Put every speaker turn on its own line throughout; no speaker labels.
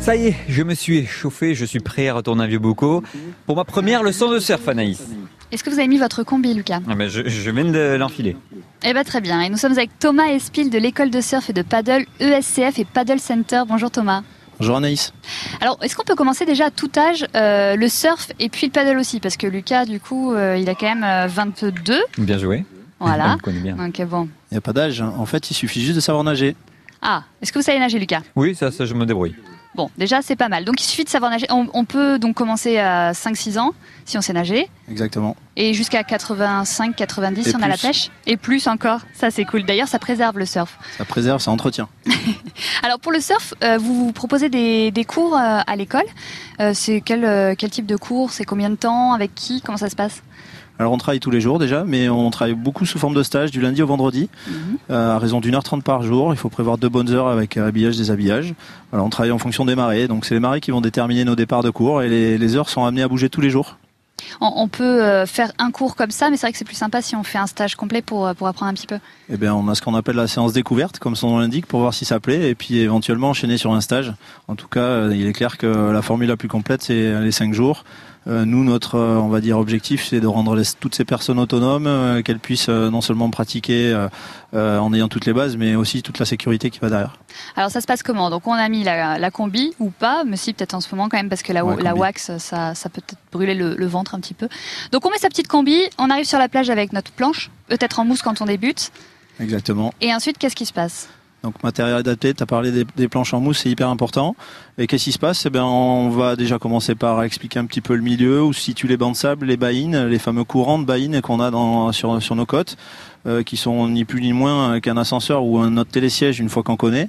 Ça y est, je me suis échauffé, je suis prêt à retourner à Vieux-Bocaux pour ma première leçon de surf, Anaïs.
Est-ce que vous avez mis votre combi, Lucas
Ah ben, je, je viens de l'enfiler.
Eh bien, très bien. Et nous sommes avec Thomas Espil de l'école de surf et de paddle E ESCF et Paddle Center. Bonjour Thomas.
Bonjour Anaïs.
Alors, est-ce qu'on peut commencer déjà à tout âge euh, le surf et puis le paddle aussi Parce que Lucas, du coup, euh, il a quand même euh, 22.
Bien joué. On
Voilà.
le connaît bien.
Donc, euh, bon.
Il n'y a pas d'âge, hein. en fait il suffit juste de savoir nager.
Ah, est-ce que vous savez nager, Lucas
Oui, ça, ça, je me débrouille.
Bon, déjà, c'est pas mal. Donc, il suffit de savoir nager. On, on peut donc commencer à 5-6 ans si on sait nager.
Exactement.
Et jusqu'à 85, 90 si
Et
on a la
plus.
pêche. Et plus encore. Ça, c'est cool. D'ailleurs, ça préserve le surf.
Ça préserve, ça entretient.
Alors pour le surf, euh, vous, vous proposez des, des cours euh, à l'école. Euh, c'est quel, euh, quel type de cours C'est combien de temps Avec qui Comment ça se passe
Alors on travaille tous les jours déjà, mais on travaille beaucoup sous forme de stage du lundi au vendredi,
Mhm.
euh, à raison d'une heure trente par jour. Il faut prévoir deux bonnes heures avec euh, habillage, déshabillage. Voilà, on travaille en fonction des marées, donc c'est les marées qui vont déterminer nos départs de cours et les, les heures sont amenées à bouger tous les jours.
on, on peut euh, faire un cours comme ça, mais c'est vrai que c'est plus sympa si on fait un stage complet pour, euh, pour apprendre un petit peu.
Eh bien, on a ce qu'on appelle la séance découverte, comme son nom l'indique, pour voir si ça plaît, et puis éventuellement enchaîner sur un stage. En tout cas, euh, il est clair que la formule la plus complète, c'est les cinq jours. Euh, nous, notre, euh, on va dire, objectif, c'est de rendre les- toutes ces personnes autonomes, euh, qu'elles puissent euh, non seulement pratiquer euh, euh, en ayant toutes les bases, mais aussi toute la sécurité qui va derrière.
Alors ça se passe comment Donc on a mis la, la combi ou pas, mais si peut-être en ce moment quand même parce que la,
Ouais,
la
combi.
wax ça, ça peut peut-être brûler le, le ventre un petit peu. Donc on met sa petite combi, on arrive sur la plage avec notre planche, peut-être en mousse quand on débute.
Exactement.
Et ensuite qu'est-ce qui se passe
Donc matériel adapté, tu as parlé des, des planches en mousse, c'est hyper important. Et qu'est-ce qui se passe Eh bien, on va déjà commencer par expliquer un petit peu le milieu, où se situent les bancs de sable, les baïnes, les fameux courants de baïnes qu'on a dans, sur, sur nos côtes, euh, qui sont ni plus ni moins euh, qu'un ascenseur ou un autre télésiège une fois qu'on connaît.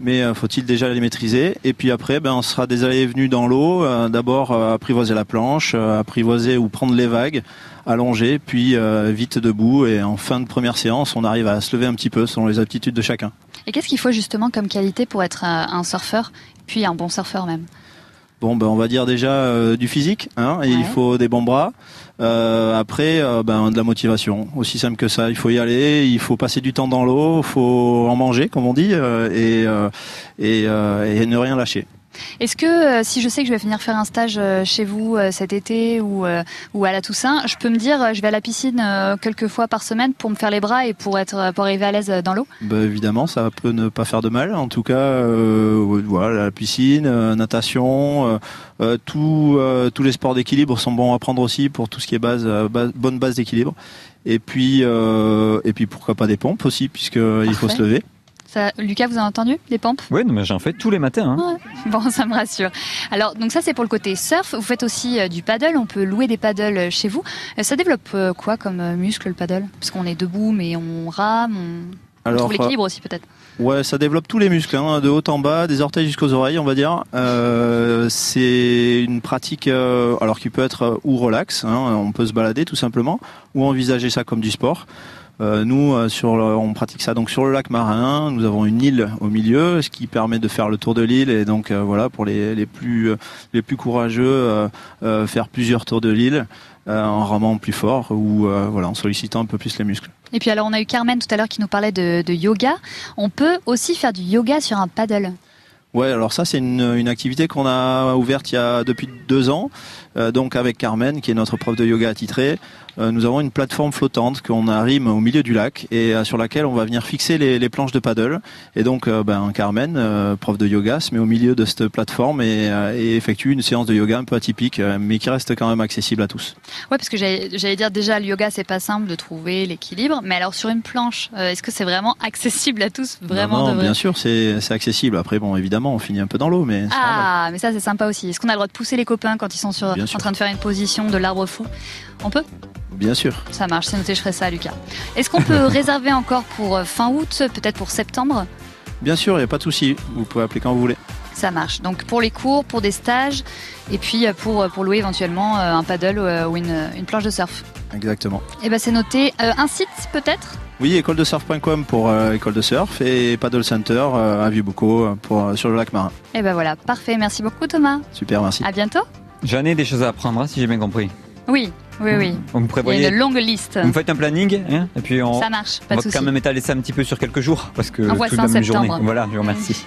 Mais euh, faut-il déjà les maîtriser Et puis après, ben, on sera des allées et venues dans l'eau. Euh, D'abord, euh, apprivoiser la planche, euh, apprivoiser ou prendre les vagues, allonger, puis euh, vite debout. Et en fin de première séance, on arrive à se lever un petit peu selon les aptitudes de chacun.
Et qu'est-ce qu'il faut justement comme qualité pour être euh, un surfeur, puis un bon surfeur même
Bon, ben, on va dire déjà euh, du physique, hein, et
Ouais.
il faut des bons bras. Euh, après, euh, ben, de la motivation, aussi simple que ça. Il faut y aller, il faut passer du temps dans l'eau, il faut en manger, comme on dit, euh, et, euh, et, euh, et ne rien lâcher.
Est-ce que euh, si je sais que je vais venir faire un stage euh, chez vous euh, cet été ou, euh, ou à la Toussaint, je peux me dire euh, je vais à la piscine euh, quelques fois par semaine pour me faire les bras et pour être euh, pour arriver à l'aise euh, dans l'eau
Ben, évidemment, ça peut ne pas faire de mal. En tout cas, euh, voilà, la piscine, euh, natation, euh, euh, tout, euh, tous les sports d'équilibre sont bons à prendre aussi pour tout ce qui est base, euh, base- bonne base d'équilibre. Et puis, euh, et puis pourquoi pas des pompes aussi, puisque euh, il faut
Parfait.
se lever.
Ça, Lucas, vous avez entendu des pompes
Oui, non, mais j'en fais tous les matins. hein.
Bon, ça me rassure. Alors, donc ça c'est pour le côté surf. Vous faites aussi euh, du paddle. On peut louer des paddles euh, chez vous. Euh, ça développe euh, quoi comme euh, muscle le paddle Parce qu'on est debout, mais on rame, on, on
euh,
trouve l'équilibre aussi peut-être.
Ouais, ça développe tous les muscles, hein, de haut en bas, des orteils jusqu'aux oreilles, on va dire. Euh, c'est une pratique, euh, alors qui peut être euh, ou relax, hein, on peut se balader tout simplement, ou envisager ça comme du sport. Euh, nous, euh, sur le- on pratique ça donc sur le lac marin. Nous avons une île au milieu, ce qui permet de faire le tour de l'île et donc euh, voilà pour les, les plus euh, les plus courageux, euh, euh, faire plusieurs tours de l'île euh, en ramant plus fort ou euh, voilà en sollicitant un peu plus les muscles.
Et puis alors on a eu Carmen tout à l'heure qui nous parlait de, de yoga. On peut aussi faire du yoga sur un paddle.
Ouais, alors ça c'est une, une activité qu'on a ouverte il y a depuis deux ans, Euh, donc avec Carmen qui est notre prof de yoga attitrée. Euh, nous avons une plateforme flottante qu'on arrime au milieu du lac et euh, sur laquelle on va venir fixer les, les planches de paddle. Et donc euh, ben, Carmen, euh, prof de yoga, se met au milieu de cette plateforme et, euh, et effectue une séance de yoga un peu atypique, euh, mais qui reste quand même accessible à tous.
Ouais, parce que j'allais j'allais dire déjà le yoga c'est pas simple de trouver l'équilibre, mais alors sur une planche, euh, est-ce que c'est vraiment accessible à tous vraiment
Non, non,
de vrai
bien sûr, c'est c'est accessible. Après, bon, évidemment, on finit un peu dans l'eau, mais c'est normal.
Ah, mais ça c'est sympa aussi. Est-ce qu'on a le droit de pousser les copains quand ils sont sur,
Bien
en
sûr.
train de faire une position de l'arbre fou On peut
bien sûr.
Ça marche, c'est noté, je ferai ça à Lucas. Est-ce qu'on peut réserver encore pour euh, fin août, peut-être pour septembre
Bien sûr, il n'y a pas de souci. Vous pouvez appeler quand vous voulez.
Ça marche. Donc pour les cours, pour des stages, et puis euh, pour, pour louer éventuellement euh, un paddle euh, ou une, une planche de surf.
Exactement.
Eh ben c'est noté. Euh, un site peut-être
Oui, école de surf.com pour euh, école de surf et paddle center euh, à Vieux-Boucau euh, pour euh, sur le lac marin.
Eh ben voilà, parfait. Merci beaucoup Thomas.
Super, merci.
À bientôt.
J'en ai des choses à apprendre, hein, si j'ai bien compris.
Oui, oui, oui.
Vous me
Il y a
prévoyez,
une longue liste.
vous me faites un planning, hein, et puis on,
Ça marche,
on
pas
va
de souci.
quand même étaler ça un petit peu sur quelques jours, parce que
On voit
toute
ça
la
en
même
septembre.
journée. Voilà, je vous remercie.